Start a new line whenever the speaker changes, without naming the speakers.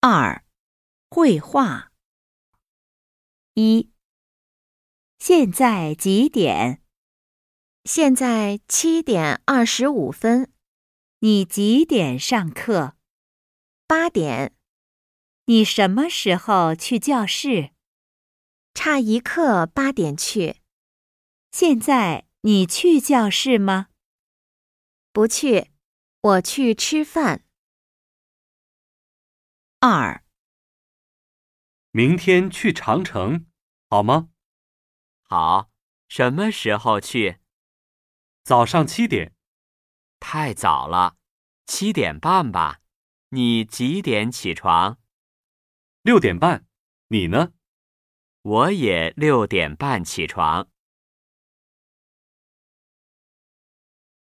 二、绘画。一、现在几点？
现在七点二十五分，
你几点上课？
八点，
你什么时候去教室？
差一刻八点去，
现在你去教室吗？
不去，我去吃饭。
二、
明天去长城好吗？
好，什么时候去？
早上七点，
太早了，七点半吧。你几点起床？
六点半。你呢？
我也六点半起床。